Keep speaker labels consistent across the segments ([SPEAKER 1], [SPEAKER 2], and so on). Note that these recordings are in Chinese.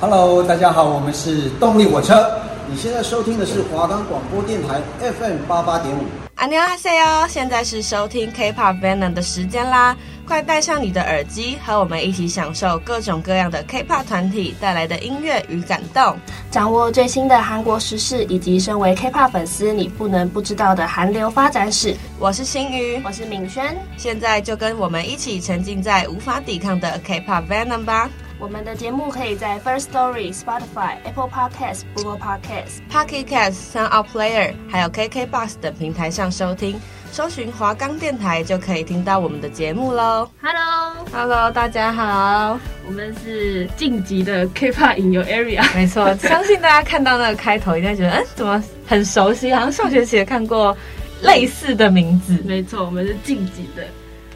[SPEAKER 1] Hello，大家好，我们是动力火车。
[SPEAKER 2] 你现在收听的是华冈广播电台 FM 八八点五。
[SPEAKER 3] 안녕하세요，现哦在是收听 K-pop Venom 的时间啦！快戴上你的耳机，和我们一起享受各种各样的 K-pop 团体带来的音乐与感动。
[SPEAKER 4] 掌握最新的韩国时事，以及身为 K-pop 粉丝你不能不知道的韩流发展史。
[SPEAKER 3] 我是星宇，
[SPEAKER 4] 我是敏轩，
[SPEAKER 3] 现在就跟我们一起沉浸在无法抵抗的 K-pop Venom 吧
[SPEAKER 4] 我们的节目可以在 First Story、Spotify、Apple Podcasts、Google Podcasts。
[SPEAKER 3] ！Pocket Cast、Sound Out Player 还有 KKBox 等平台上收听，搜寻华冈电台就可以听到我们的节目喽。
[SPEAKER 5] Hello，
[SPEAKER 3] Hello，大家好。
[SPEAKER 5] 我们是晋级的 K-pop 引流 Area。
[SPEAKER 3] 没错，相信大家看到那个开头，一定会觉得，嗯，怎么很熟悉？好像上学期也看过类似的名字，
[SPEAKER 5] 没错，我们是晋级的。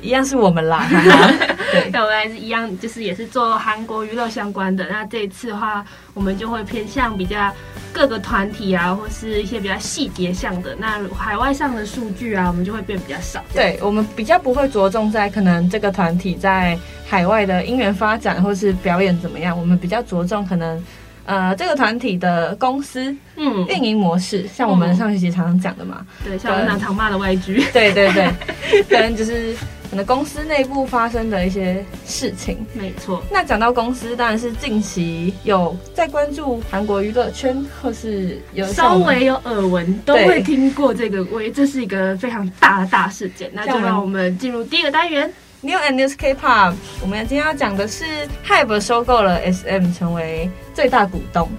[SPEAKER 3] 一样是我们啦。哈哈对，
[SPEAKER 5] 那我们还是一样，就是也是做韩国娱乐相关的。那这一次的话，我们就会偏向比较各个团体啊，或是一些比较细节项的。那海外上的数据啊，我们就会变比较少。
[SPEAKER 3] 对我们比较不会着重在可能这个团体在海外的音源发展或是表演怎么样，我们比较着重可能。呃，这个团体的公司
[SPEAKER 5] 嗯，
[SPEAKER 3] 运营模式，像我们上学期常常讲的嘛，
[SPEAKER 5] 对，像我们常骂的 YG。
[SPEAKER 3] 对对 对，跟就是可能公司内部发生的一些事情，
[SPEAKER 5] 没错，
[SPEAKER 3] 那讲到公司，当然是近期有在关注韩国娱乐圈，或是有呃像
[SPEAKER 5] 稍
[SPEAKER 3] 我们
[SPEAKER 5] 微有耳闻都
[SPEAKER 3] 对
[SPEAKER 5] 会听过这个，我这是一个非常大的大事件。那
[SPEAKER 3] 像
[SPEAKER 5] 就
[SPEAKER 3] 我们
[SPEAKER 5] 让我们进入第一个单元。
[SPEAKER 3] New and News K-pop。我们今天要讲的是 HYBE 收购了 SM，成为最大股东、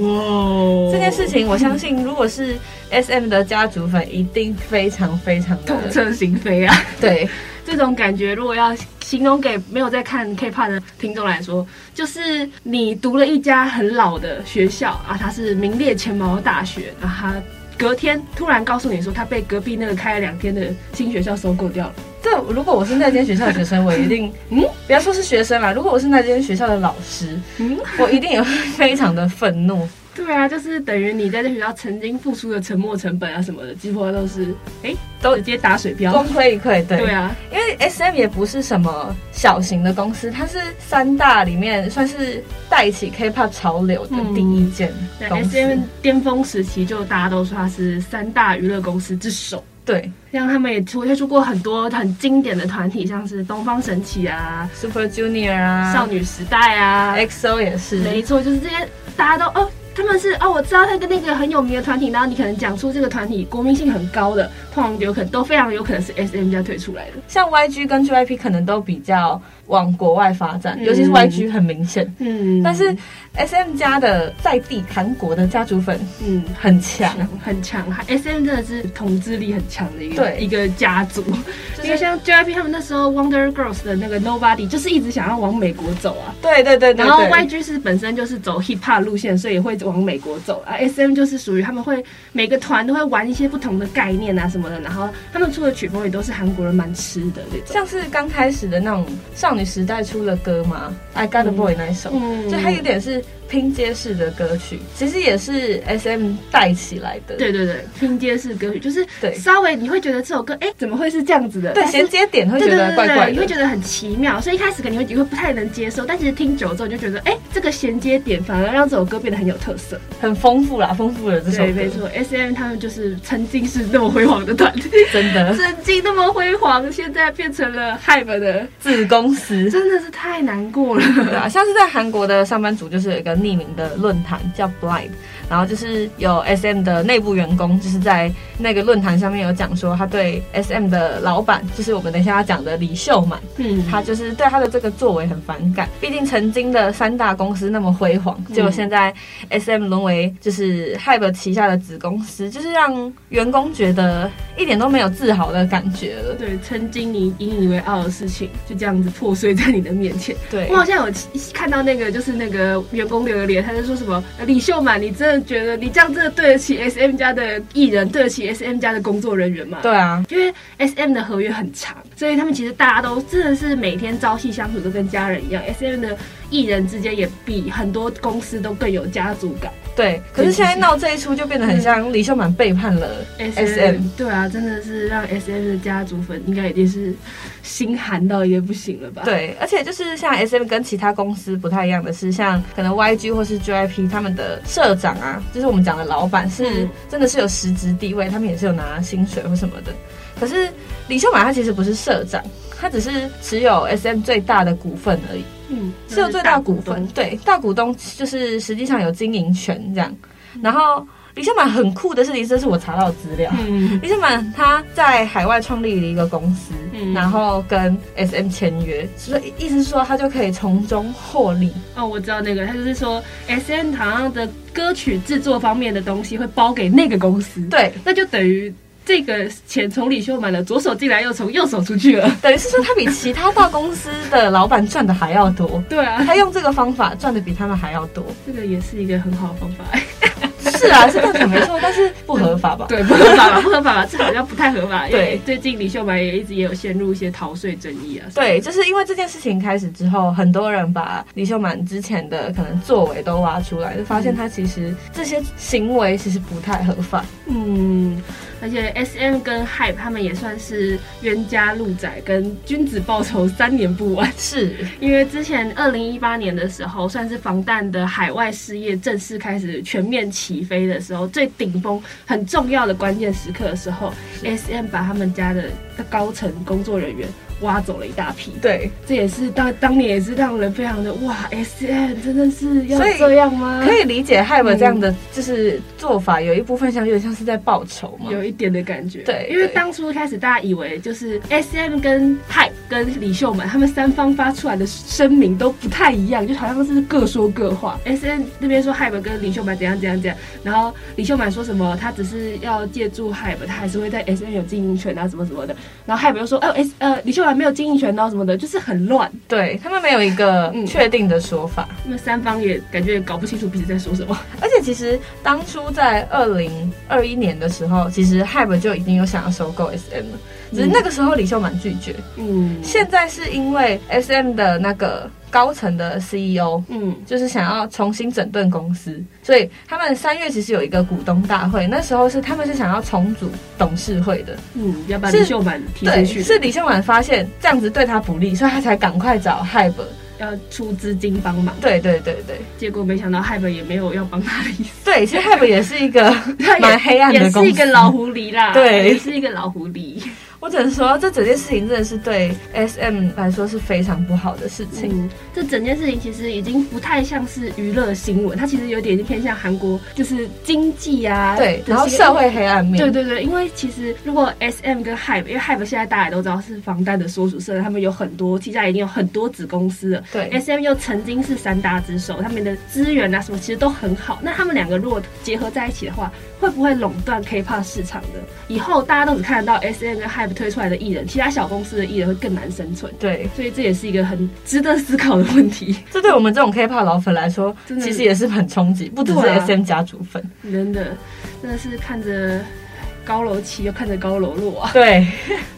[SPEAKER 5] 哇，
[SPEAKER 3] 这件事情，我相信如果是 SM 的家族粉，一定非常非常的
[SPEAKER 5] 痛彻心扉啊！
[SPEAKER 3] 对
[SPEAKER 5] 这种感觉，如果要形容给没有在看 K-pop 的听众来说，就是你读了一家很老的学校啊，它是名列前茅的大学，然后它隔天突然告诉你说，它被隔壁那个开了两天的新学校收购掉了。
[SPEAKER 3] 这如果我是那间学校的学生，我一定嗯，不要说是学生啦，如果我是那间学校的老师，
[SPEAKER 5] 嗯，
[SPEAKER 3] 我一定也会非常的愤怒。
[SPEAKER 5] 对啊，就是等于你在这学校曾经付出的沉没成本啊什么的，几乎都是哎
[SPEAKER 3] 都
[SPEAKER 5] 直接打水漂
[SPEAKER 3] 功。亏一篑，对
[SPEAKER 5] 对啊，
[SPEAKER 3] 因为 S M 也不是什么小型的公司，它是三大里面算是带起 K-pop 潮流的第一间
[SPEAKER 5] 对
[SPEAKER 3] 公司。
[SPEAKER 5] 嗯 S M 巅峰时期就大家都说它是三大娱乐公司之首。
[SPEAKER 3] 对
[SPEAKER 5] 像他们也出推出过很多很经典的团体，像是东方神起啊、
[SPEAKER 3] Super Junior 啊，
[SPEAKER 5] 少女时代啊，
[SPEAKER 3] XO 也
[SPEAKER 5] 没
[SPEAKER 3] 是，
[SPEAKER 5] 错，就是这些大家都哦，他们是哦，我知道他跟那个很有名的团体，然后你可能讲出这个团体国民性很高的，通常有可能都非常有可能是 S M 家推出来的。
[SPEAKER 3] 像 YG 跟 JYP 可能都比较往国外发展，
[SPEAKER 5] 嗯
[SPEAKER 3] 尤其是 YG 很明显。
[SPEAKER 5] 嗯
[SPEAKER 3] 但是 S M 家的在地韩国的家族粉
[SPEAKER 5] 嗯。
[SPEAKER 3] 很强，
[SPEAKER 5] 很强，S M 真的是统治力很强的一个
[SPEAKER 3] 对
[SPEAKER 5] 一个家族，
[SPEAKER 3] 就
[SPEAKER 5] 因为
[SPEAKER 3] 是
[SPEAKER 5] 像 JYP 他们那时候 Wonder Girls 的那个 Nobody 就是一直想要往美国走啊，
[SPEAKER 3] 对对对对
[SPEAKER 5] 然后
[SPEAKER 3] 对，
[SPEAKER 5] YG 是本身就是走 hip hop 路线，所以会往美国走啊。SM 就是属于他们会每个团都会玩一些不同的概念啊什么的，然后他们出的曲风也都是韩国人蛮吃的那种。
[SPEAKER 3] 像是刚开始的那种少女时代出的歌嘛，《I Got a Boy》那一首，
[SPEAKER 5] 嗯
[SPEAKER 3] 就它有点是拼接式的歌曲，其实也是 S M 带起来的，
[SPEAKER 5] 对对对，拼接式歌曲就是
[SPEAKER 3] 对
[SPEAKER 5] 稍微你会觉得这首歌哎怎么会是这样子的？
[SPEAKER 3] 对，
[SPEAKER 5] 但是
[SPEAKER 3] 衔接点会觉得怪怪
[SPEAKER 5] 你会
[SPEAKER 3] 的，
[SPEAKER 5] 觉得很奇妙，所以一开始可能会你会不太能接受，但其实听久了之后你就觉得，哎、这个衔接点反而让这首歌变得很有特色。
[SPEAKER 3] 很丰富啦，丰富了这首
[SPEAKER 5] 对，
[SPEAKER 3] 歌，
[SPEAKER 5] 没错，S M 他们就是曾经是那么辉煌的 团体，
[SPEAKER 3] 真的
[SPEAKER 5] 曾经那么辉煌，现在变成了 Hype 的，
[SPEAKER 3] 子公司。
[SPEAKER 5] 真的是太难过
[SPEAKER 3] 对
[SPEAKER 5] 了。
[SPEAKER 3] 啊，像是在韩国的上班族，就是有一个匿名的论坛叫 Blind，然后就是有 S M 的内部员工，就是在那个论坛上面有讲说，他对 S M 的老板，就是我们等一下要讲的李秀满，
[SPEAKER 5] 嗯，
[SPEAKER 3] 他就是对他的这个作为很反感。毕竟曾经的三大公司那么辉煌，结果现在 S M 沦为就是 Hybe 旗下的子公司，就是让员工觉得一点都没有自豪的感觉了。
[SPEAKER 5] 对曾经你引以为傲的事情，就这样子破碎在你的面前。
[SPEAKER 3] 对
[SPEAKER 5] 我，好像有看到那个，就是那个员工留言，他就说什么呃李秀满，你真的觉得你这样真的对得起 S M 家的艺人，对得起 S M 家的工作人员吗？
[SPEAKER 3] 对啊，
[SPEAKER 5] 因为 S M 的合约很长，所以他们其实大家都真的是每天朝夕相处，都跟家人一样。S M 的艺人之间也比很多公司都更有家族感。
[SPEAKER 3] 对，可是现在闹这一出就变得很像李秀满背叛了 S M，
[SPEAKER 5] 对啊，真的是让 S M 的家族粉应该已经是心寒到也不行了吧？，
[SPEAKER 3] 对，而且就是像 S M 跟其他公司不太一样的是，像可能 Y G 或是 J I P 他们的社长啊，就是我们讲的老板，是
[SPEAKER 5] 嗯
[SPEAKER 3] 真的是有实职地位，他们也是有拿薪水或什么的。可是李秀满他其实不是社长，他只是持有 S M 最大的股份而已。
[SPEAKER 5] 嗯，
[SPEAKER 3] 是有最大股份，对，大股东就是实际上有经营权这样。然后李秀满很酷的事情，这是我查到的资料。
[SPEAKER 5] 嗯，
[SPEAKER 3] 李秀满他在海外创立了一个公司，
[SPEAKER 5] 嗯
[SPEAKER 3] 然后跟 S M 签约，所以意思是说他就可以从中获利。
[SPEAKER 5] 哦，我知道那个，他就是说 S M 好像的歌曲制作方面的东西会包给那个公司，，
[SPEAKER 3] 对，
[SPEAKER 5] 那就等于这个钱从李秀满的左手进来，又从右手出去了。
[SPEAKER 3] 等于是说他比其他大公司的老板赚的还要多，
[SPEAKER 5] 对啊，
[SPEAKER 3] 他用这个方法赚的比他们还要多。
[SPEAKER 5] 这个也是一个很好的方法。
[SPEAKER 3] 是啊，是这样讲没错，但是不合法吧？
[SPEAKER 5] 对，不合法吧？不合法吧？这好像不太合法。因为
[SPEAKER 3] 对
[SPEAKER 5] 最近李秀满也一直也有陷入一些逃税争议啊。
[SPEAKER 3] 对，就是因为这件事情开始之后，很多人把李秀满之前的可能作为都挖出来，就发现他其实这些行为其实不太合法。
[SPEAKER 5] 嗯，而且 S M 跟 Hype 他们也算是冤家路窄，跟君子报仇三年不晚。
[SPEAKER 3] 是，
[SPEAKER 5] 因为之前二零一八年的时候，算是防弹的海外事业正式开始全面起飞的时候，最顶峰、很重要的关键时刻的时候，S M 把他们家的高层工作人员挖走了一大批。
[SPEAKER 3] 对。
[SPEAKER 5] 这也是当当年也是让人非常的哇，S M 真的是要
[SPEAKER 3] 所以
[SPEAKER 5] 这样吗？
[SPEAKER 3] 可以理解 h y
[SPEAKER 5] 嗯
[SPEAKER 3] b 这样的就是做法，有一部分像有点像是在报仇嘛。
[SPEAKER 5] 有一点的感觉，
[SPEAKER 3] 对
[SPEAKER 5] 因为
[SPEAKER 3] 对
[SPEAKER 5] 当初开始大家以为就是 S M 跟 Hype 跟李秀满他们三方发出来的声明都不太一样，就好像是各说各话。S M 那边说 Hype 跟李秀满怎样怎样怎样，然后李秀满说什么他只是要借助 Hype，他还是会在 S M 有经营权啊什么什么的，然后 Hype 又说哦 S 呃李秀满没有经营权啊什么的，就是很乱。
[SPEAKER 3] 对他们没有一个
[SPEAKER 5] 嗯
[SPEAKER 3] 确定的说法。
[SPEAKER 5] 那么三方也感觉也搞不清楚彼此在说什么。
[SPEAKER 3] 而且其实当初在二零二一年的时候，其实 h y b 就已经有想要收购 SM 了，只是那个时候李秀满拒绝。
[SPEAKER 5] 嗯，
[SPEAKER 3] 现在是因为 SM 的那个高层的 CEO
[SPEAKER 5] 嗯。
[SPEAKER 3] 就是想要重新整顿公司，所以他们三月其实有一个股东大会，那时候是他们是想要重组董事会的，
[SPEAKER 5] 嗯，要把
[SPEAKER 3] 是
[SPEAKER 5] 李秀满踢出
[SPEAKER 3] 对，
[SPEAKER 5] 去，
[SPEAKER 3] 是李秀满发现这样子对他不利，所以他才赶快找 Hybe，
[SPEAKER 5] 要出资金帮忙。
[SPEAKER 3] 对对对对
[SPEAKER 5] 结果没想到汉本也没有要帮他的意思，
[SPEAKER 3] 对，其实 Hybe 也是一个
[SPEAKER 5] 他也
[SPEAKER 3] 蛮黑暗
[SPEAKER 5] 也
[SPEAKER 3] 的公
[SPEAKER 5] 是
[SPEAKER 3] 司，
[SPEAKER 5] 一个老狐狸啦，
[SPEAKER 3] 对
[SPEAKER 5] 也是一个老狐狸。
[SPEAKER 3] 我只能说这整件事情真的是对 SM 来说是非常不好的事情。
[SPEAKER 5] 嗯，这整件事情其实已经不太像是娱乐新闻，它其实有点偏向韩国，就是经济啊，
[SPEAKER 3] 对，
[SPEAKER 5] 这
[SPEAKER 3] 然后
[SPEAKER 5] 些
[SPEAKER 3] 社。会黑暗面，
[SPEAKER 5] 对对对，因为其实如果 S M 跟 Hype，因为 Hype 现在大家也都知道是防弹的所属社，他们有很多旗下已经有很多子公司了，
[SPEAKER 3] 对
[SPEAKER 5] S M 又曾经是三大之首，他们的资源啊什么其实都很好。那他们两个如果结合在一起的话，会不会垄断 K-pop 市场呢？以后大家都只看得到 S M 跟 Hype 推出来的艺人，其他小公司的艺人会更难生存。
[SPEAKER 3] 对，
[SPEAKER 5] 所以这也是一个很值得思考的问题，
[SPEAKER 3] 这对我们这种 K-pop 老粉来说，
[SPEAKER 5] 真的
[SPEAKER 3] 其实也是很冲击，不只是
[SPEAKER 5] 对啊
[SPEAKER 3] SM 家族粉。
[SPEAKER 5] 真的，真的是看着高楼起又看着高楼落啊，
[SPEAKER 3] 对，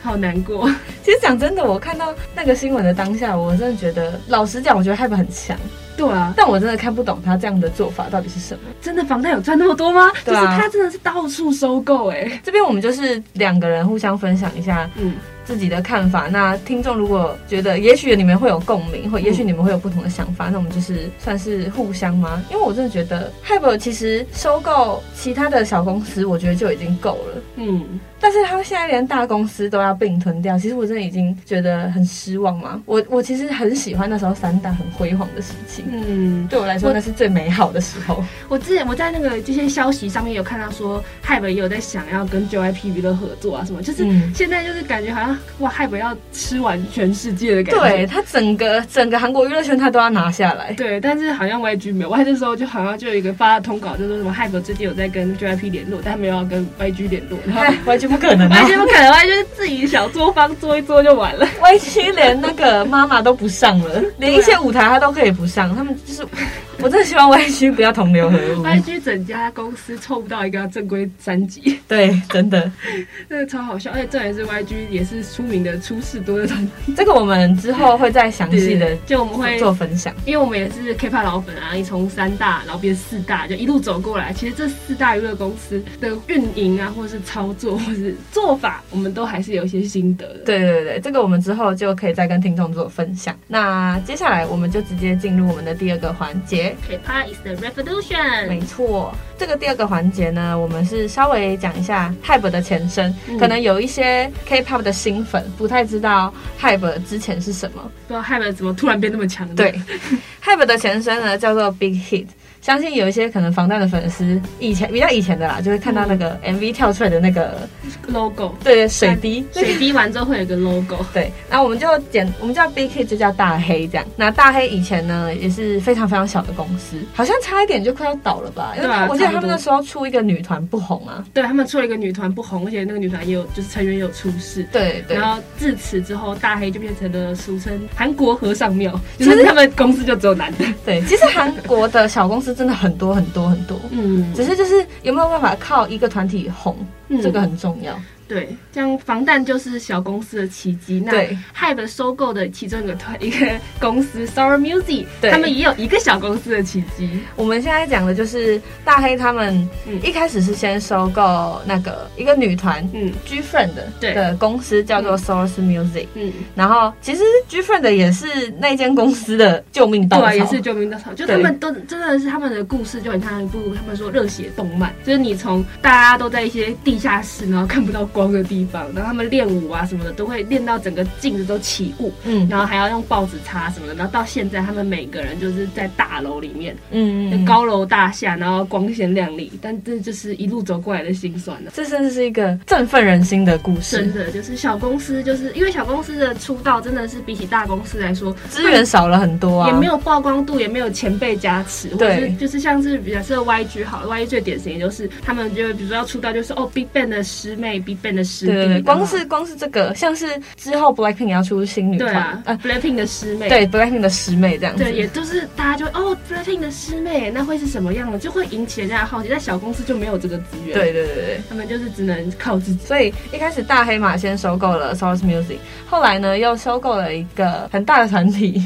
[SPEAKER 5] 好难过。
[SPEAKER 3] 其实讲真的，我看到那个新闻的当下，我真的觉得，老实讲，我觉得 Hype 很强，
[SPEAKER 5] 对啊，
[SPEAKER 3] 但我真的看不懂他这样的做法到底是什么。
[SPEAKER 5] 真的房贷有赚那么多吗？就
[SPEAKER 3] 对
[SPEAKER 5] 是
[SPEAKER 3] 啊
[SPEAKER 5] 他真的是到处收购哎、
[SPEAKER 3] 这边我们就是两个人互相分享一下
[SPEAKER 5] 嗯，
[SPEAKER 3] 自己的看法。那听众如果觉得，也许你们会有共鸣，或也许你们会有不同的想法，那我们就是算是互相吗？因为我真的觉得 Hype 其实收购其他的小公司，我觉得就已经够了。
[SPEAKER 5] 嗯，
[SPEAKER 3] 但是他们现在连大公司都要并吞掉，其实我真的已经觉得很失望嘛。我我其实很喜欢那时候三大很辉煌的时期，
[SPEAKER 5] 嗯，
[SPEAKER 3] 对我来说
[SPEAKER 5] 我
[SPEAKER 3] 那是最美好的时候。
[SPEAKER 5] 我之前我在那个这些消息上面有看到说，海本也有在想要跟 JYP 娱乐合作啊什么，就是
[SPEAKER 3] 嗯
[SPEAKER 5] 现在就是感觉好像哇，海本要吃完全世界的 感
[SPEAKER 3] 对
[SPEAKER 5] 觉。
[SPEAKER 3] 他整个整个韩国娱乐圈他都要拿下来，
[SPEAKER 5] 对，但是好像 YG 没有，YG 那时候就好像就有一个发通稿，就说什么海本最近有在跟 JYP 联络，但他没有要跟 YG 联 络，然 后
[SPEAKER 3] 哎，完全不可能啊！
[SPEAKER 5] YG 不可能，YG 自己小作坊做一做就完了。 啊
[SPEAKER 3] Y 七连那个妈妈都不上了，连一些舞台他都可以不上，他们就是我真的希望 YG 不要同流合 污。
[SPEAKER 5] YG 整家公司凑不到一个正规三级，
[SPEAKER 3] 对，真的，
[SPEAKER 5] 真的超好笑。而且重点是 YG 也是出名的出事多的团体，
[SPEAKER 3] 这个我们之后会再详细的
[SPEAKER 5] 就我们会
[SPEAKER 3] 做分享。
[SPEAKER 5] 因为我们也是 K-pop 老粉啊，你从三大然后变四大，就一路走过来。其实这四大娱乐公司的运营啊，或是操作，或是做法，我们都还是有一些心得的。
[SPEAKER 3] 对对对，这个我们之后就可以再跟听众做分享。那接下来我们就直接进入我们的第二个环节。
[SPEAKER 5] ，K-pop is the
[SPEAKER 3] 没
[SPEAKER 5] revolution。
[SPEAKER 3] 错，这个第二个环节呢，我们是稍微讲一下 HYBE 的前身，
[SPEAKER 5] 嗯
[SPEAKER 3] 可能有一些 K-pop 的新粉不太知道 HYBE 之前是什么。
[SPEAKER 5] 不知道他们怎么突然变那么 强的？
[SPEAKER 3] 对，HYBE 的前身呢叫做 Big Hit。相信有一些可能防弹的粉丝，以前比较以前的啦，就会看到那个
[SPEAKER 5] 嗯
[SPEAKER 3] MV 跳出来的那个，
[SPEAKER 5] ，logo。
[SPEAKER 3] 对对，水滴，那个
[SPEAKER 5] 水滴完之后会有一个 logo，
[SPEAKER 3] 对，那我们就简，我们叫 Big Hit 就叫大黑这样。那大黑以前呢也是非常非常小的公司，好像差一点就快要倒了吧？因为
[SPEAKER 5] 对啊
[SPEAKER 3] 我记得
[SPEAKER 5] 差
[SPEAKER 3] 他
[SPEAKER 5] 不多
[SPEAKER 3] 们那时候出一个女团不红啊。
[SPEAKER 5] 对他们出了一个女团不红，而且那个女团也有就是成员也有出事，
[SPEAKER 3] 对对
[SPEAKER 5] 然后自此之后大黑就变成了俗称韩国和尚庙，就是他们公司就只有男的，
[SPEAKER 3] 对，其实韩国的小公司真的很多很多很多，
[SPEAKER 5] 嗯
[SPEAKER 3] 只是就是有没有办法靠一个团体红，
[SPEAKER 5] 嗯
[SPEAKER 3] 这个很重要。
[SPEAKER 5] 对，像防弹就是小公司的奇迹。那
[SPEAKER 3] 对
[SPEAKER 5] Hype 收购的其中一个团一个公司 Sour Music，
[SPEAKER 3] 对
[SPEAKER 5] 他们也有一个小公司的奇迹。
[SPEAKER 3] 我们现在讲的就是大黑他们
[SPEAKER 5] 嗯
[SPEAKER 3] 一开始是先收购那个一个女团。
[SPEAKER 5] 嗯
[SPEAKER 3] G Friend 的
[SPEAKER 5] 对
[SPEAKER 3] 的公司叫做
[SPEAKER 5] 嗯
[SPEAKER 3] Source Music，、
[SPEAKER 5] 嗯，
[SPEAKER 3] 然后其实 G Friend 也是那间公司的救命稻草，
[SPEAKER 5] 对，也是救命稻草。就
[SPEAKER 3] 对
[SPEAKER 5] 他们都真的是他们的故事，就很像一部他们说热血动漫，就是你从大家都在一些地下室，然后看不到光的地方，然后他们练舞啊什么的，都会练到整个镜子都起雾，
[SPEAKER 3] 嗯
[SPEAKER 5] 然后还要用报纸擦什么的。然后到现在，他们每个人就是在大楼里面。
[SPEAKER 3] 嗯嗯，
[SPEAKER 5] 高楼大厦，然后光鲜亮丽，但这就是一路走过来的辛酸了、
[SPEAKER 3] 这真的是一个振奋人心的故
[SPEAKER 5] 真
[SPEAKER 3] 事，
[SPEAKER 5] 的就是小公司，就是因为小公司的出道真的是比起大公司来说，
[SPEAKER 3] 资源少了很多啊，
[SPEAKER 5] 也没有曝光度，也没有前辈加持，或者是
[SPEAKER 3] 对
[SPEAKER 5] 就是像是比较是 YG 好，YG 最典型的就是他们就比如说要出道就是哦 Big Bang 的师妹，Big Bang 的师弟，
[SPEAKER 3] 对对
[SPEAKER 5] 然
[SPEAKER 3] 对，
[SPEAKER 5] 后
[SPEAKER 3] 光是光是这个，像是之后 Blackpink 也要出新女
[SPEAKER 5] 对
[SPEAKER 3] 团，
[SPEAKER 5] 啊、
[SPEAKER 3] 呃
[SPEAKER 5] b l a c k p i n k 的师妹，
[SPEAKER 3] 对 Blackpink 的师妹这样子，
[SPEAKER 5] 对，也就是大家就哦 b l a c k p i n k 的师妹，那会是什么样的，就会引起人家的好奇，在小公司就没有这个资源，
[SPEAKER 3] 对对对对对。
[SPEAKER 5] 他们就是只能靠自己。
[SPEAKER 3] 所以一开始大黑马先收购了 Source Music，后来呢又收购了一个很大的团 体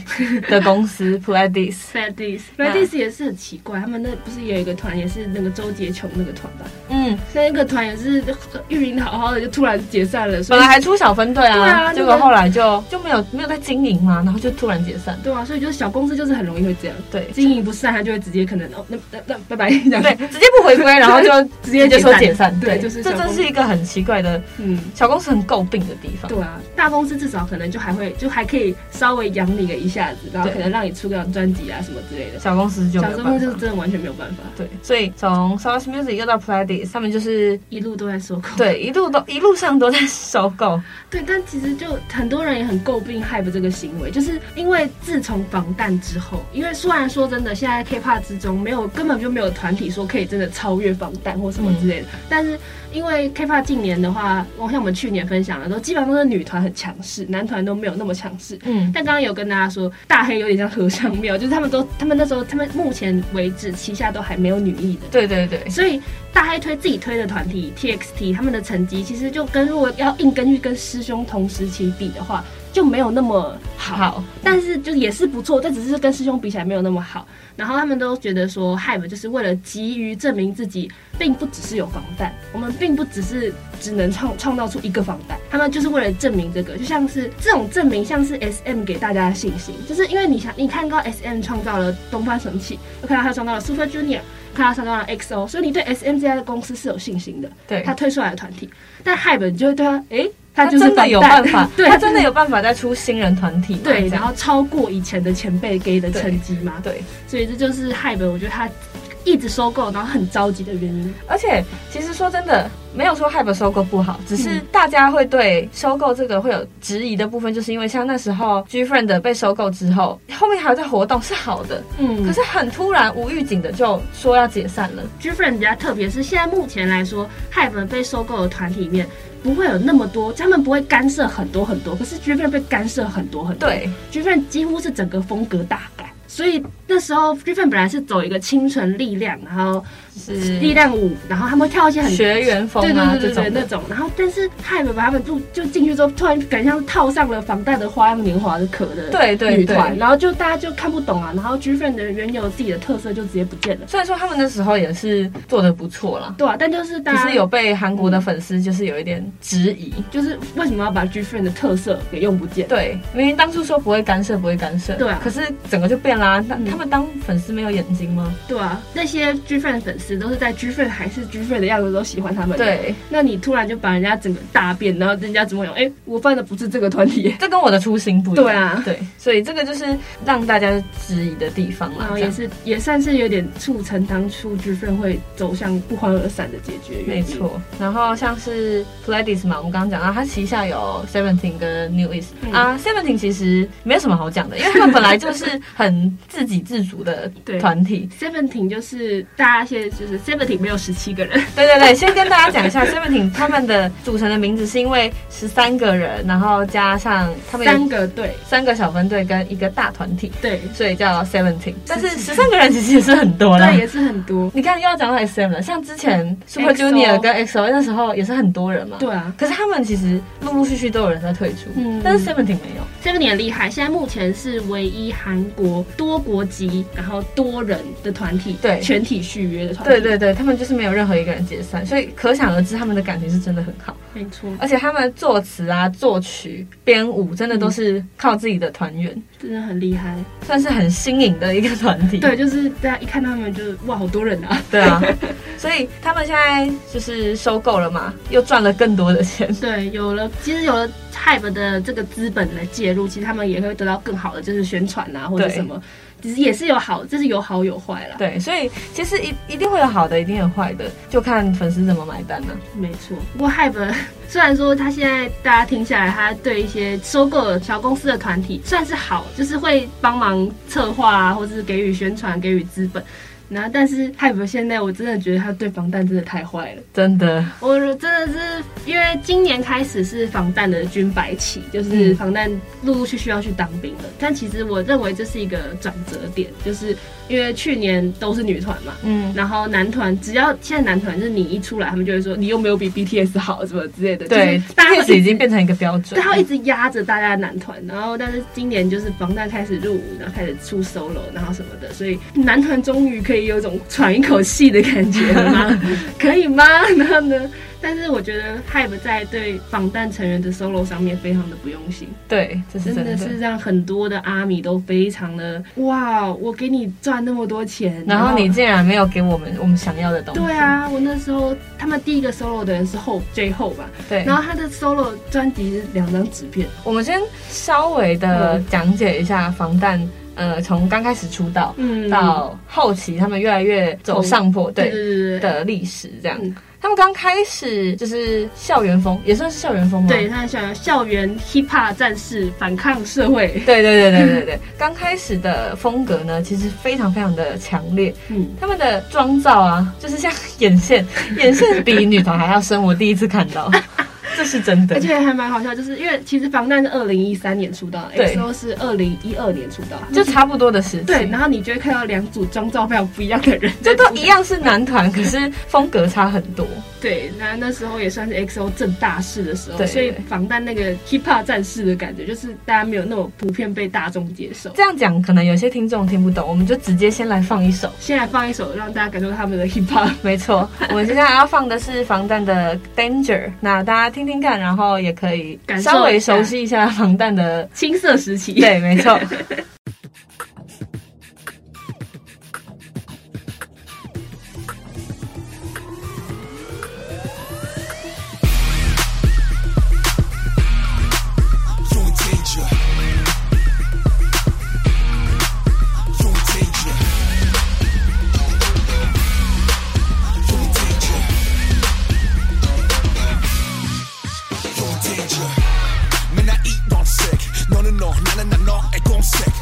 [SPEAKER 3] 的公司 Pledis。
[SPEAKER 5] f a d i s
[SPEAKER 3] 啊
[SPEAKER 5] f a d i s 也是很奇怪，他们那不是也有一个团，也是那个周杰琼那个团吧？
[SPEAKER 3] 嗯，
[SPEAKER 5] 那个团也是呃运营得好好的，就突然解散了，所
[SPEAKER 3] 本
[SPEAKER 5] 以
[SPEAKER 3] 来还出小分队啊，
[SPEAKER 5] 对啊
[SPEAKER 3] 结
[SPEAKER 5] 那
[SPEAKER 3] 果
[SPEAKER 5] 个
[SPEAKER 3] 后来就就没有没有在经营嘛，然后就突然解散。
[SPEAKER 5] 对啊，所以就是小公司就是很容易会这样，
[SPEAKER 3] 对
[SPEAKER 5] 经营不善，他就会直接可能哦，那那那拜拜这样。
[SPEAKER 3] 对，直接不 回归，然后就
[SPEAKER 5] 直接
[SPEAKER 3] 就
[SPEAKER 5] 解
[SPEAKER 3] 说
[SPEAKER 5] 散
[SPEAKER 3] 解散。
[SPEAKER 5] 对就是
[SPEAKER 3] 这真
[SPEAKER 5] 小公
[SPEAKER 3] 是
[SPEAKER 5] 司
[SPEAKER 3] 一个很奇怪的
[SPEAKER 5] 嗯，
[SPEAKER 3] 小公司很诟病的地方。
[SPEAKER 5] 对啊，大公司至少可能就还会就还可以稍微养你个一下子，然后
[SPEAKER 3] 对
[SPEAKER 5] 可能让你出个专辑啊什么之类的。
[SPEAKER 3] 小公司就没
[SPEAKER 5] 小
[SPEAKER 3] 有
[SPEAKER 5] 公
[SPEAKER 3] 办
[SPEAKER 5] 司就是
[SPEAKER 3] 法。
[SPEAKER 5] 真的完全没有办法，
[SPEAKER 3] 对，所以从 Source Music 又到 Pledis，他们就是
[SPEAKER 5] 一路都在收购。
[SPEAKER 3] 对一路都一路上都在收购。
[SPEAKER 5] 对，但其实就很多人也很诟病 Hype 这个行为，就是因为自从防弹之后，因为虽然说真的，现在 K-pop 之中没有根本就没有团体说可以真的超越防弹或什么之类的，但是因为 K-pop 近年的话，我像我们去年分享的都基本上都是女团很强势，男团都没有那么强势。
[SPEAKER 3] 嗯，
[SPEAKER 5] 但刚刚有跟大家说，大黑有点像和尚庙，就是他们都他们那时候他们目前为止旗下都还没有女艺的。
[SPEAKER 3] 对对对，
[SPEAKER 5] 所以大黑推自己推的团体 TXT，他们的成绩其实就跟如果要硬根据跟师兄同时期比的话，就没有那么好。
[SPEAKER 3] 好，
[SPEAKER 5] 但是就也是不错，但只是跟师兄比起来没有那么好。然后他们都觉得说，Hype 就是为了急于证明自己，并不只是有防弹，我们并不只是只能创创造出一个防弹，他们就是为了证明这个，就像是这种证明，像是 SM 给大家的信心，就是因为你想，你看到 SM 创造了东方神起，又看到他创造了 Super Junior，看到他创造了 XO，所以你对 SM 这家的公司是有信心的，
[SPEAKER 3] 对
[SPEAKER 5] 他推出来的团体，但 Hype 你就会对他，诶，他
[SPEAKER 3] 他
[SPEAKER 5] 就是
[SPEAKER 3] 真的
[SPEAKER 5] 防
[SPEAKER 3] 有
[SPEAKER 5] 弹，
[SPEAKER 3] 办法
[SPEAKER 5] 对，
[SPEAKER 3] 他真的有办法再出新人团体嘛。
[SPEAKER 5] 对，
[SPEAKER 3] 这
[SPEAKER 5] 然
[SPEAKER 3] 样
[SPEAKER 5] 后超过以前的前辈给的成绩嘛，
[SPEAKER 3] 对，
[SPEAKER 5] 所以这就是害本，我觉得他一直收购，然后很着急的原因。
[SPEAKER 3] 而且其实说真的，没有说 Hype 收购不好，只是
[SPEAKER 5] 嗯
[SPEAKER 3] 大家会对收购这个会有质疑的部分，就是因为像那时候 G Friend 被收购之后，后面还有在活动是好的，
[SPEAKER 5] 嗯
[SPEAKER 3] 可
[SPEAKER 5] 可是
[SPEAKER 3] 是很突然无预警的就说要解散了。
[SPEAKER 5] G Friend 比较特别，是现在目前来说，害本被收购的团体里面。不会有那么多，他们不会干涉很多很多，可是 G Friend 被干涉很多很多，
[SPEAKER 3] 对，
[SPEAKER 5] ，G Friend 几乎是整个风格大改，所以那时候 Griffin 本来是走一个清纯力量，然后
[SPEAKER 3] 是
[SPEAKER 5] 力量舞，然后他们会跳一些很
[SPEAKER 3] 学员风
[SPEAKER 5] 对对
[SPEAKER 3] 啊
[SPEAKER 5] 对对
[SPEAKER 3] 这
[SPEAKER 5] 对
[SPEAKER 3] 种
[SPEAKER 5] 那
[SPEAKER 3] 的，
[SPEAKER 5] 种。然后但是泰伦把他们就就进去之后，突然感觉像套上了防弹的花样年华的壳的
[SPEAKER 3] 对对
[SPEAKER 5] 女
[SPEAKER 3] 对。
[SPEAKER 5] 团，然后就大家就看不懂啊，然后 Griffin 的原有自己的特色就直接不见了。
[SPEAKER 3] 虽然说他们那时候也是做的不错啦，
[SPEAKER 5] 对啊，但就是大
[SPEAKER 3] 只
[SPEAKER 5] 家
[SPEAKER 3] 是有被韩国
[SPEAKER 5] 嗯
[SPEAKER 3] 的粉丝就是有一点质疑。
[SPEAKER 5] 就是为什么要把 Griffin 的特色给用不见？
[SPEAKER 3] 对，明明当初说不会干涉，不会干涉，
[SPEAKER 5] 对啊
[SPEAKER 3] 可是整个就变啦。那
[SPEAKER 5] 嗯
[SPEAKER 3] 他们当粉丝没有眼睛吗？
[SPEAKER 5] 对啊，那些 Griffin 的粉丝都是在 Griffin 还是 Griffin 的样子都喜欢他们。，
[SPEAKER 3] 对，
[SPEAKER 5] 那你突然就把人家整个大变，然后人家怎么想？哎、我犯的不是这个团 体，
[SPEAKER 3] 这跟我的初心不一样。
[SPEAKER 5] 对啊
[SPEAKER 3] 对，所以这个就是让大家质疑的地方啦
[SPEAKER 5] 然。
[SPEAKER 3] 这
[SPEAKER 5] 后啊也
[SPEAKER 3] 样
[SPEAKER 5] 是也算是有点促成当初 Griffin 会走向不欢而散的结局。
[SPEAKER 3] 没，错，然后像是 Pledis 嘛，我们刚刚讲到，它旗下有 Seventeen 跟 New East、
[SPEAKER 5] 嗯
[SPEAKER 3] 啊，Seventeen 其实没有什么好讲的，因为他们本来就是很自给自足的
[SPEAKER 5] 对
[SPEAKER 3] 团体。
[SPEAKER 5] Seventeen 就是大家现在就是 Seventeen 没有十七个人，
[SPEAKER 3] 对对对，先跟大家讲一下 Seventeen 他们的组成的名字是因为十三个人，然后加上他们
[SPEAKER 5] 三
[SPEAKER 3] 有
[SPEAKER 5] 个队，
[SPEAKER 3] 三个小分队跟一个大团体，
[SPEAKER 5] 对，
[SPEAKER 3] 所以叫 Seventeen。但是十三个人其实也是很多啦
[SPEAKER 5] 那。也是很多。
[SPEAKER 3] 你看又要讲到 SM 了，像之前 Super
[SPEAKER 5] XO
[SPEAKER 3] Junior 跟 XO 那时候也是很多人嘛。
[SPEAKER 5] 对啊
[SPEAKER 3] 可是他们其实陆陆续续都有人在退出，
[SPEAKER 5] 嗯
[SPEAKER 3] 但是 Seventeen 没有。
[SPEAKER 5] ，Seventeen 很厉害，现在目前是唯一韩国多国籍然后多人的团体，
[SPEAKER 3] 对
[SPEAKER 5] 全体续约的团体，
[SPEAKER 3] 对，对对，他们就是没有任何一个人解散，所以可想而知他们的感情是真的很好。
[SPEAKER 5] 没错，
[SPEAKER 3] 而且他们作词啊、作曲、编舞，真的都是靠自己的团员，
[SPEAKER 5] 真的很厉害。
[SPEAKER 3] 算是很新颖的一个团体。
[SPEAKER 5] 对，就是大家一看到他们就哇，好多人啊。
[SPEAKER 3] 对啊， 所以他们现在就是收购了嘛，又赚了更多的钱。
[SPEAKER 5] 对，有了，其实有了 Hype 的这个资本来介入，其实他们也会得到更好的就是宣传啊，或者
[SPEAKER 3] 对
[SPEAKER 5] 什么，其实也是有好，这是有好有坏啦。，
[SPEAKER 3] 对，所以其实一一定会有好的，一定有坏的，就看粉丝怎么买单了、啊
[SPEAKER 5] 没错。不过 Hype 虽然说他现在大家听下来，他对一些收购小公司的团体算是好，就是会帮忙策划啊，或是给予宣传、给予资本。然后，但是 Hype 现在我真的觉得他对防弹真的太坏了。
[SPEAKER 3] 真的，
[SPEAKER 5] 我真的是因为今年开始是防弹的军白起，就是
[SPEAKER 3] 嗯
[SPEAKER 5] 防弹陆陆续续要去当兵了。但其实我认为这是一个转折点，就是因为去年都是女团嘛，
[SPEAKER 3] 嗯，
[SPEAKER 5] 然后男团只要现在男团就是你一出来，他们就会说你又没有比 BTS 好什么之类的，
[SPEAKER 3] 对
[SPEAKER 5] 就是大家会一直
[SPEAKER 3] ，BTS 已经变成一个标准
[SPEAKER 5] 对，。他会一直压着大家的男团，然后但是今年就是防弹开始入伍，然后开始出 solo，然后什么的，所以男团终于可以有种喘一口气的感觉了 吗？可以吗？ 然后呢？但是我觉得 Hype 在对防弹成员的 solo 上面非常的不用心，
[SPEAKER 3] 对，这是
[SPEAKER 5] 真
[SPEAKER 3] 真
[SPEAKER 5] 的
[SPEAKER 3] 的。
[SPEAKER 5] 是让很多的阿米都非常的哇，我给你赚那么多钱，
[SPEAKER 3] 然后你竟然没有给我们我们想要的东西。
[SPEAKER 5] 对，啊，我那时候他们第一个 solo 的人是后 J 后吧，
[SPEAKER 3] 对。
[SPEAKER 5] 然后他的 solo 专辑是两张纸片，
[SPEAKER 3] 我们先稍微的讲解一下防弹，呃，从刚开始出道
[SPEAKER 5] 嗯
[SPEAKER 3] 到后期，他们越来越走
[SPEAKER 5] 红
[SPEAKER 3] 上坡，
[SPEAKER 5] 对
[SPEAKER 3] 哦对
[SPEAKER 5] 对对对
[SPEAKER 3] 的历史这样
[SPEAKER 5] 嗯。
[SPEAKER 3] 他们刚开始就是校园风，也算是校园风吗？
[SPEAKER 5] 对，他想要校园 hiphop 战士反抗社会，
[SPEAKER 3] 对对对对对 对，刚开始的风格呢，其实非常非常的强烈。
[SPEAKER 5] 嗯，
[SPEAKER 3] 他们的妆造啊，就是像眼线， 眼线比女团还要深，我第一次看到， 这是真的
[SPEAKER 5] 而。且还蛮好笑，就是因为其实防弹是二零一三年出道
[SPEAKER 3] 对
[SPEAKER 5] ，XO 是二零一二年出道，
[SPEAKER 3] 就差不多的时期，
[SPEAKER 5] 对，然后你就会看到两组妆造非常不一样的人，
[SPEAKER 3] 就都一，样是男团，可是风格差很多。
[SPEAKER 5] 对，那那时候也算是 XO 正大势的时候，
[SPEAKER 3] 对
[SPEAKER 5] 所以
[SPEAKER 3] 对
[SPEAKER 5] 防弹那个 hiphop 战士的感觉，就是大家没有那么普遍被大众接受。
[SPEAKER 3] 这样讲可能有些听众听不懂，我们就直接先来放一首。
[SPEAKER 5] 先来放一首，让大家感受他们的 hiphop。
[SPEAKER 3] 没错，我们接下来要放的是防弹的《Danger》，那大家听听看，然后也可以
[SPEAKER 5] 感受一下
[SPEAKER 3] 稍微熟悉一下防弹 的。
[SPEAKER 5] 青涩时期，
[SPEAKER 3] 对，没错。
[SPEAKER 6] danger. Man, I eat on sick. No, no, no, no, no, no, no, I go sick.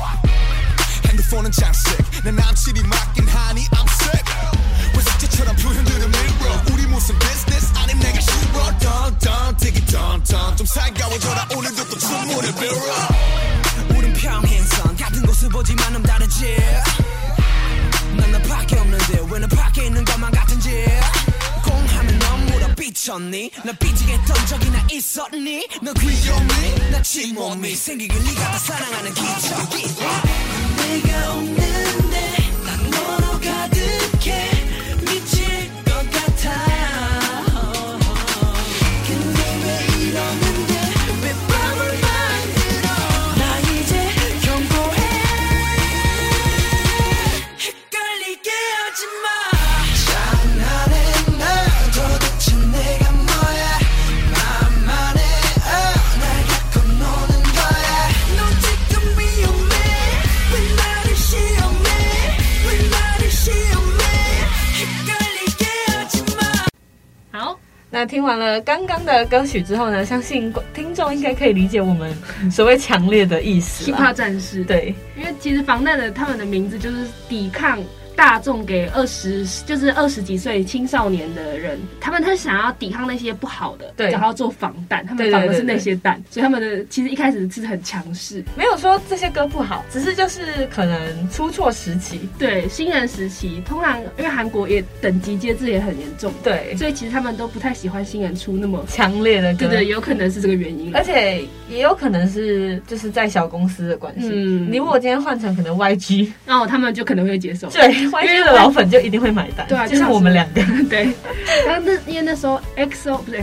[SPEAKER 6] 있었니 나 삐지게 했던 적이나 있었니 너 귀여니 나 침몸이 생기길 네가 다 사랑하는 기적이 내가 없는데 난 너로 가득해 미칠 것 같아 근데 왜 이러는데 왜 밤을 만들어 나 이제 경고해 헷갈리게 하지마 장난해 나 도대체 내가 뭐야 만만해 날 갖고 노는 거야 넌 지금 위험해 왜 나를 시험해 왜 나를 시험해 헷갈리게 하지마
[SPEAKER 5] 好，
[SPEAKER 3] 那听完了刚刚的歌曲之后呢，相信观听众应该可以理解我们所谓强烈的意思
[SPEAKER 5] 奇
[SPEAKER 3] 啦
[SPEAKER 5] 葩。战士，，
[SPEAKER 3] 对，
[SPEAKER 5] 因为其实防弹的他们的名字就是抵抗大众给二十，就是二十几岁青少年的人，他们他想要抵抗那些不好的，
[SPEAKER 3] 对
[SPEAKER 5] 然后做防弹，他们
[SPEAKER 3] 对对
[SPEAKER 5] 防的是
[SPEAKER 3] 对对
[SPEAKER 5] 那些弹，所以他们的其实一开始是很强势，
[SPEAKER 3] 没有说这些歌不好，只是就是可能出错时期。
[SPEAKER 5] 对新人时期，通常因为韩国也等级接制也很严重，
[SPEAKER 3] 对，
[SPEAKER 5] 所以其实他们都不太喜欢新人出那么，
[SPEAKER 3] 强烈的歌。
[SPEAKER 5] 对哎对，有可能是这个原因。
[SPEAKER 3] 而且也有可能是就是在小公司的关系。
[SPEAKER 5] 嗯
[SPEAKER 3] 你如果今天换成可能 YG，
[SPEAKER 5] 然后他们就可能会接受。
[SPEAKER 3] 对 YG 的老粉就一定会买单，
[SPEAKER 5] 对啊
[SPEAKER 3] 就像我们两个。
[SPEAKER 5] 对，然后那因为那时候 XO 不是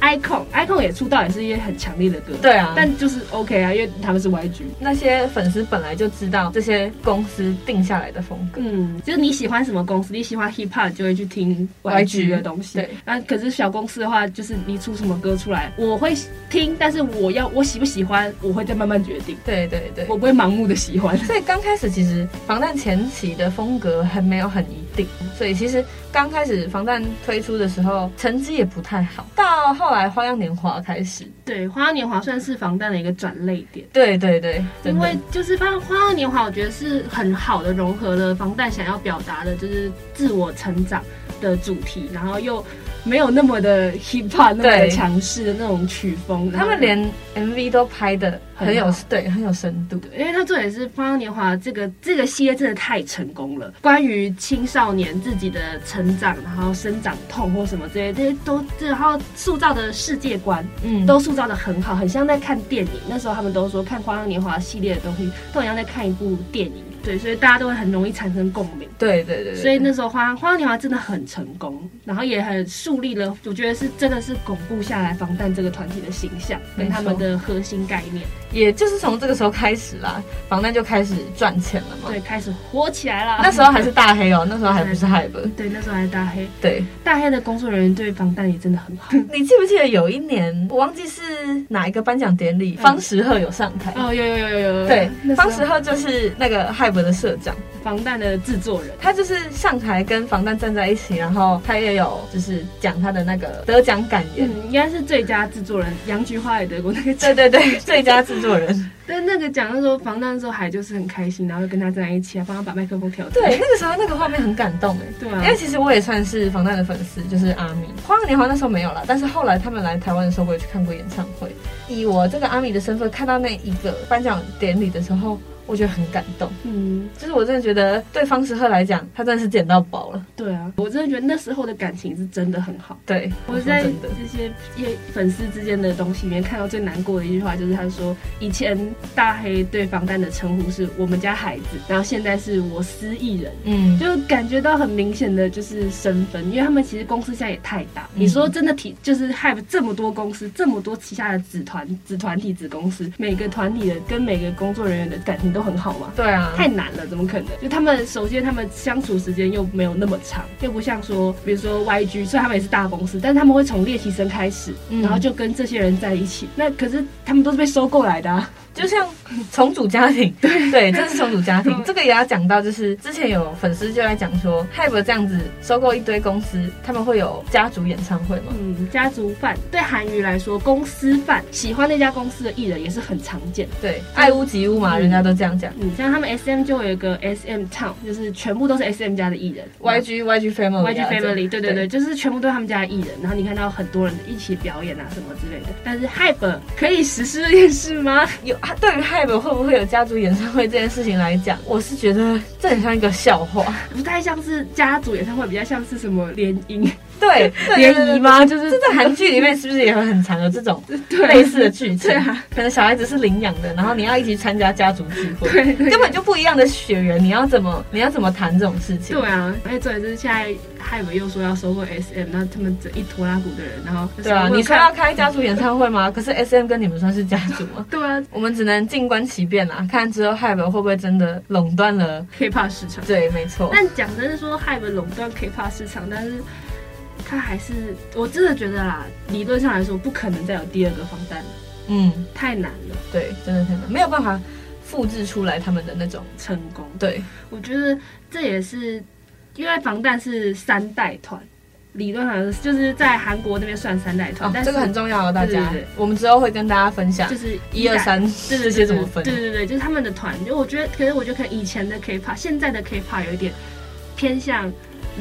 [SPEAKER 5] XO，Icon，Icon 也出道也是一些很强烈的歌，
[SPEAKER 3] 对啊，但
[SPEAKER 5] 但就是 OK 啊，因为他们是 YG。
[SPEAKER 3] 那些粉丝本来就知道这些公司定下来的风格。
[SPEAKER 5] 嗯，就是你喜欢什么公司，你喜欢 hip hop 就会去听
[SPEAKER 3] YG
[SPEAKER 5] YG 的东西。
[SPEAKER 3] 对，
[SPEAKER 5] 那可是小公司的话，就是你出什么歌出来，我会听，但是我要我喜不喜欢，我会再慢慢决定，
[SPEAKER 3] 对对对。
[SPEAKER 5] 我不会盲目的喜欢。
[SPEAKER 3] 所以刚开始其实防弹前期的风格还没有很一定，所以其实刚开始防弹推出的时候成绩也不太好，到后来花样年华开始，
[SPEAKER 5] 对，《花样年华》算是防弹的一个转类点。
[SPEAKER 3] 对对对，真
[SPEAKER 5] 因
[SPEAKER 3] 的
[SPEAKER 5] 为就是发现《花样年华》，我觉得是很好的融合了防弹想要表达的，就是自我成长的主题，然后又没有那么的 hip hop 那么的
[SPEAKER 3] 对
[SPEAKER 5] 强势的那种曲风。然
[SPEAKER 3] 他
[SPEAKER 5] 后
[SPEAKER 3] 们连嗯 MV 都拍的很有
[SPEAKER 5] 很好
[SPEAKER 3] 对很有深度，
[SPEAKER 5] 因为他重点是《花样年华》这个这个系列真的太成功了，关于青少年自己的成长，然后生长痛或什么这些，这些都这然后塑造的世界观
[SPEAKER 3] 嗯，
[SPEAKER 5] 都塑造的很好，很像在看电影。那时候他们都说看《花样年华》系列的东西都很像在看一部电影，对，所以大家都会很容易产生共鸣。
[SPEAKER 3] 对对对，对
[SPEAKER 5] 所以那时候花《花样年华》真的很成功，然后也很树立了，我觉得是真的是巩固下来防弹这个团体的形象跟他们的核心概念，
[SPEAKER 3] 也就是从这个时候开始啦，防弹就开始赚钱了嘛。
[SPEAKER 5] 对，开始火起来了。
[SPEAKER 3] 那时候还是大黑哦，那时候还不是 Hype。
[SPEAKER 5] 对，那时候还是大黑，
[SPEAKER 3] 对，
[SPEAKER 5] 大黑的工作人员对防弹也真的很好。
[SPEAKER 3] 你记不记得有一年，我忘记是哪一个颁奖典礼，方时赫有上台。
[SPEAKER 5] 哦，有有有有有，
[SPEAKER 3] 对，
[SPEAKER 5] 当
[SPEAKER 3] 方时赫就是那个 Hype 的社长，
[SPEAKER 5] 防弹的制作人，
[SPEAKER 3] 他就是上台跟防弹站在一起，然后他也有就是讲他的那个得奖感言。
[SPEAKER 5] 嗯，应该是最佳制作人，杨菊花也得过那个奖。
[SPEAKER 3] 对对对，最佳制作人。
[SPEAKER 5] 但那个奖那时候防弹的时候，海就是很开心，然后跟他站在一起啊，帮他把麦克风调低。
[SPEAKER 3] 对，那个时候那个画面很感动哎。
[SPEAKER 5] 对啊
[SPEAKER 3] 因为其实我也算是防弹的粉丝，就是阿米。花样年华那时候没有啦，但是后来他们来台湾的时候，我也去看过演唱会。以我这个阿米的身份，看到那一个颁奖典礼的时候，我觉得很感动。
[SPEAKER 5] 嗯，
[SPEAKER 3] 就是我真的觉得对方时赫来讲，他真的是捡到宝了。
[SPEAKER 5] 对啊，我真的觉得那时候的感情是真的很好。
[SPEAKER 3] 对，
[SPEAKER 5] 我在
[SPEAKER 3] 说真的。
[SPEAKER 5] 这些业粉丝之间的东西里面看到最难过的一句话，就是他说以前大黑对防弹的称呼是我们家孩子，然后现在是我司艺人。
[SPEAKER 3] 嗯，
[SPEAKER 5] 就感觉到很明显的就是身份，因为他们其实公司现在也太大。你说真的体就是 have 这么多公司，这么多旗下的子团、子团体、子公司，每个团体的跟每个工作人员的感情都很好吗？
[SPEAKER 3] 对啊，
[SPEAKER 5] 太难了，怎么可能？就他们首先他们相处时间又没有那么长，又不像说，比如说 YG，虽然他们也是大公司，但他们会从练习生开始，
[SPEAKER 3] 嗯
[SPEAKER 5] 然后就跟这些人在一起。那可是他们都是被收购来的、啊，
[SPEAKER 3] 就像重组家庭， 对对，这是重组家 庭。这个也要讲到，就是之前有粉丝就在讲说，Hype 这样子收购一堆公司，他们会有家族演唱会嘛？
[SPEAKER 5] 嗯，家族饭对韩娱来说，公司饭喜欢那家公司的艺人也是很常见的。
[SPEAKER 3] 对，爱屋及乌嘛，
[SPEAKER 5] 嗯
[SPEAKER 3] 人家都这样讲。
[SPEAKER 5] 嗯，像他们 SM 就有一个 SM Town，就是全部都是 SM 家的艺人
[SPEAKER 3] YG YG Family 啊
[SPEAKER 5] YG Family，
[SPEAKER 3] 这
[SPEAKER 5] 对
[SPEAKER 3] 样
[SPEAKER 5] 对对，就是全部都是他们家的艺人，然后你看到很多人一起表演啊什么之类的。但是 Hype 可以实施这件事吗？
[SPEAKER 3] 有对于 Hype 会不会有家族演唱会这件事情来讲，我是 觉得这很像一个笑话。
[SPEAKER 5] 不太像是家族演唱会，比较像是什么联姻，
[SPEAKER 3] 对，对对对
[SPEAKER 5] 联谊吗？就是
[SPEAKER 3] 这在韩剧里面是不是也会很常有这种
[SPEAKER 5] 对
[SPEAKER 3] 类似的剧情？
[SPEAKER 5] 对啊，
[SPEAKER 3] 可能小孩子是领养的，然后你要一起参加家族聚会，
[SPEAKER 5] 对对
[SPEAKER 3] 根本就不一样的血缘，你要怎么你要怎么谈这种事情？
[SPEAKER 5] 对啊，而且重点是现在海文又说要收购 SM，那他们这一拖拉股的人，然后就是
[SPEAKER 3] 对啊，
[SPEAKER 5] 我有
[SPEAKER 3] 你说
[SPEAKER 5] 看
[SPEAKER 3] 要开家族演唱会吗？可是 S M 跟你们算是家族吗？
[SPEAKER 5] 对啊
[SPEAKER 3] 我们只能静观其变啦，看之后 Hype 会不会真的垄断了。
[SPEAKER 5] ，K-pop 市场。
[SPEAKER 3] 对，没错。
[SPEAKER 5] 但讲真的说，海文垄断 K-pop 市场，但是他还是我真的觉得啦，理论上来说不可能再有第二个防弹，
[SPEAKER 3] 嗯，
[SPEAKER 5] 太难了，
[SPEAKER 3] 对，真的真的没有办法复制出来他们的那种。
[SPEAKER 5] 成功。
[SPEAKER 3] 对，
[SPEAKER 5] 我觉得这也是因为防弹是三代团，理论上就是在韩国那边算三代团，
[SPEAKER 3] 哦
[SPEAKER 5] 但，是
[SPEAKER 3] 这个很重要哦，大家
[SPEAKER 5] 对对对。
[SPEAKER 3] 我们之后会跟大家分享
[SPEAKER 5] 就是
[SPEAKER 3] 一二
[SPEAKER 5] 代
[SPEAKER 3] 三
[SPEAKER 5] 对对
[SPEAKER 3] 这些怎么分
[SPEAKER 5] 对。对对，就是他们的团，就我觉得，可是我觉得可能以前的 K-pop，现在的 K-pop 有一点偏向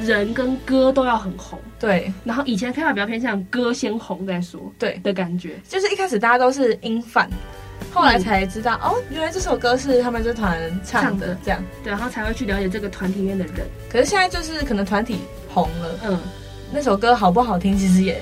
[SPEAKER 5] 人跟歌都要很红，
[SPEAKER 3] 对
[SPEAKER 5] 然后以前 K-pop 比较偏向歌先红再说
[SPEAKER 3] 对，
[SPEAKER 5] 的感觉。
[SPEAKER 3] 就是一开始大家都是音范，后来才知道、哦，原来这首歌是他们这团唱
[SPEAKER 5] 嗯唱
[SPEAKER 3] 的
[SPEAKER 5] 的
[SPEAKER 3] 这样。
[SPEAKER 5] 对，然后才会去了解这个团体里面的人。
[SPEAKER 3] 可是现在就是可能团体红了，
[SPEAKER 5] 嗯，
[SPEAKER 3] 那首歌好不好听其实也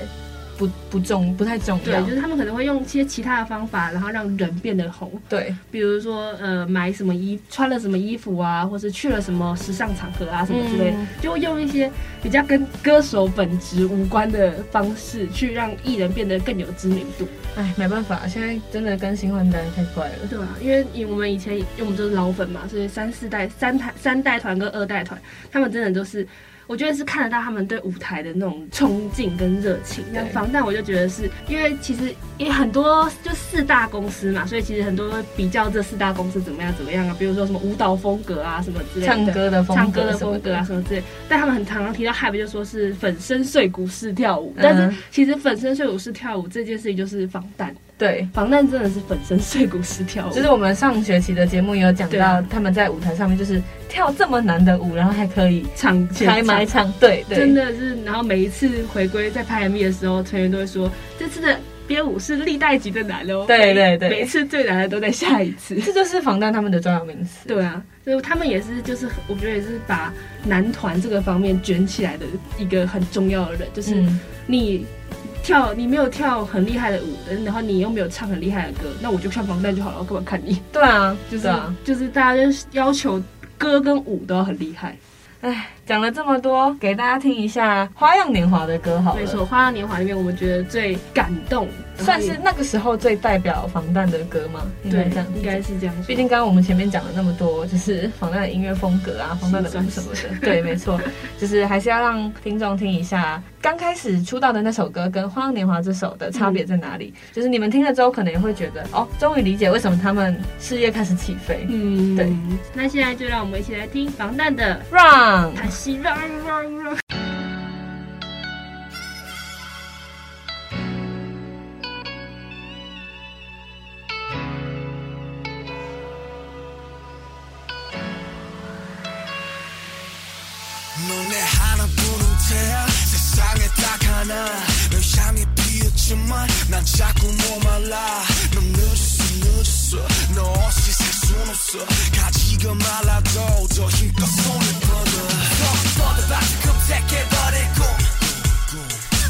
[SPEAKER 3] 不不重不太重
[SPEAKER 5] 对
[SPEAKER 3] 要。，
[SPEAKER 5] 就是他们可能会用一些其他的方法，然后让人变得红，
[SPEAKER 3] 对
[SPEAKER 5] 比如说呃买什么衣，穿了什么衣服啊，或是去了什么时尚场合啊什么之类的，
[SPEAKER 3] 嗯
[SPEAKER 5] 就会用一些比较跟歌手本职无关的方式，去让艺人变得更有知名度。
[SPEAKER 3] 哎，没办法，现在真的更新换代太快了。
[SPEAKER 5] 对啊，因为以我们以前，因为我们都是老粉嘛，所以三四代、三台三代团跟二代团，他们真的都是，我觉得是看得到他们对舞台的那种冲劲跟热情。
[SPEAKER 3] 对
[SPEAKER 5] 像防弹，我就觉得是因为其实因为很多就四大公司嘛，所以其实很多会比较这四大公司怎么样怎么样啊，比如说什么舞蹈风格啊什么之类的，
[SPEAKER 3] 唱歌的风格
[SPEAKER 5] 唱歌的
[SPEAKER 3] 什么
[SPEAKER 5] 风格
[SPEAKER 3] 的
[SPEAKER 5] 啊什么之类的。但他们很常常提到 h y p 就说是粉身碎骨式跳舞，
[SPEAKER 3] 嗯
[SPEAKER 5] 但是其实粉身碎骨式跳舞这件事情就是防弹，
[SPEAKER 3] 对，
[SPEAKER 5] 防弹真的是粉身碎骨式跳舞，
[SPEAKER 3] 就是我们上学期的节目也有讲
[SPEAKER 5] 对
[SPEAKER 3] 到
[SPEAKER 5] 啊，
[SPEAKER 3] 他们在舞台上面就是跳这么难的舞，然后还可以
[SPEAKER 5] 唱
[SPEAKER 3] 开麦唱，对对，
[SPEAKER 5] 真的是。然后每一次回归在拍 MV 的时候，成员都会说这次的编舞是历代级的难哦。
[SPEAKER 3] 对对对
[SPEAKER 5] 每一次最难的都在下一次。
[SPEAKER 3] 这就是防弹他们的专有名词。
[SPEAKER 5] 对啊，所以他们也是，就是我觉得也是把男团这个方面卷起来的一个很重要的人，就是
[SPEAKER 3] 嗯，
[SPEAKER 5] 你跳你没有跳很厉害的舞，然后你又没有唱很厉害的歌，那我就看防弹就好了，我干嘛看你？
[SPEAKER 3] 对啊，就
[SPEAKER 5] 就是、
[SPEAKER 3] 是啊。
[SPEAKER 5] 就是大家就是要求歌跟舞都要很厉害。
[SPEAKER 3] 哎，讲了这么多，给大家听一下《花样年华》的歌好了。
[SPEAKER 5] 没错，《花样年华》里面，我们觉得最感动，
[SPEAKER 3] 算是那个时候最代表防弹的歌吗？应该
[SPEAKER 5] 对
[SPEAKER 3] 这样，
[SPEAKER 5] 应该。是这样说。
[SPEAKER 3] 毕竟刚刚我们前面讲了那么多，就是防弹的音乐风格啊，防弹的舞什么的，对，没错，就是还是要让听众听一下刚开始出道的那首歌跟《花样年华》这首的差别在哪里。就是你们听了之后，可能也会觉得哦，终于理解为什么他们事业开始起飞。
[SPEAKER 5] 嗯，
[SPEAKER 3] 对。
[SPEAKER 5] 那现在就让我们一起来听防弹的
[SPEAKER 3] Run，
[SPEAKER 5] 《塔西让让让》。
[SPEAKER 6] 눈에 하나 부는 태양 세상에 딱 하나 널 향해 피었지만 난 자꾸 목말라 넌 늦었어 늦었어 너 없이 살 순 없어 가지가 말라도 더 힘껏 손을 뻗어 뻗어봐서 급색해버릴 꿈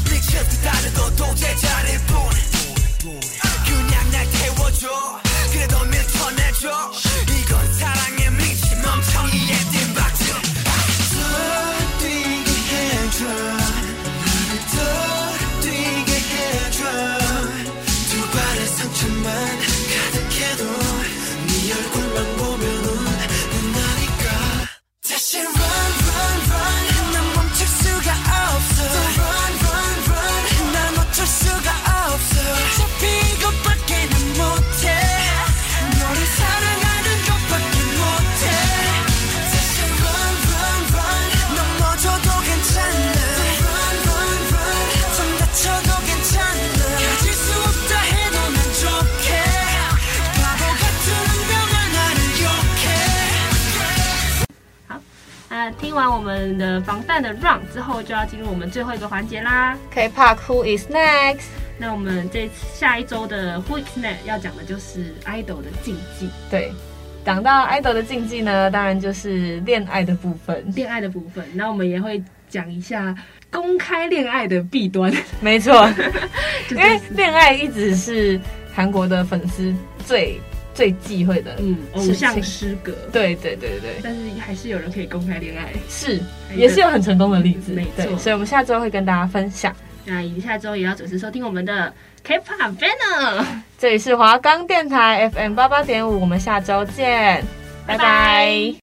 [SPEAKER 6] 빛을 기다려도 도제 자릴 뿐 그냥 날 태워줘 그래도 밀쳐내줘 이건 사랑의 미친 멍청이의 뒷박질 더 뛰게 해줘 나를 더 뛰게 해줘 두 발의 상처만 가득해도 네 얼굴만 보면 웃는다니까 다시 run run run 난 멈출 수가 없어 또 run run run 난 어쩔 수가 없어 어차피 이것밖에 는 못해 너를 사랑하는 것밖에 못해 다시 run run run 넘어져도 괜찮아 또 run run run 좀 다쳐도 괜찮아 가질 수 없다 해도 난 좋게 바보 같은 운명아 나를 욕해
[SPEAKER 5] 啊，听完我们的防弹的《让》之后，就要进入我们最后一个环节啦。
[SPEAKER 3] K-pop Who is next？
[SPEAKER 5] 那我们这次下一周的 Who Is Next 要讲的就是 idol 的禁忌，
[SPEAKER 3] 对，讲到 idol 的禁忌呢，当然就是恋爱的部分。
[SPEAKER 5] 恋爱的部分。那我们也会讲一下公开恋爱的弊端，
[SPEAKER 3] 没 错，
[SPEAKER 5] 就
[SPEAKER 3] 因
[SPEAKER 5] 是
[SPEAKER 3] 为恋爱一直是韩国的粉丝最最忌讳的。
[SPEAKER 5] 嗯偶像
[SPEAKER 3] 是
[SPEAKER 5] 失格，
[SPEAKER 3] 对对对对，哎
[SPEAKER 5] 但是还是有人可以公开恋爱。
[SPEAKER 3] 是
[SPEAKER 5] 还
[SPEAKER 3] 也是有很成功的例子
[SPEAKER 5] 没。
[SPEAKER 3] 对
[SPEAKER 5] 错，
[SPEAKER 3] 所以我们下周会跟大家分享。
[SPEAKER 5] 那以下周也要准时收听我们的 K-pop Banner，
[SPEAKER 3] 这里是华冈电台 FM 八八点五，我们下周见，拜拜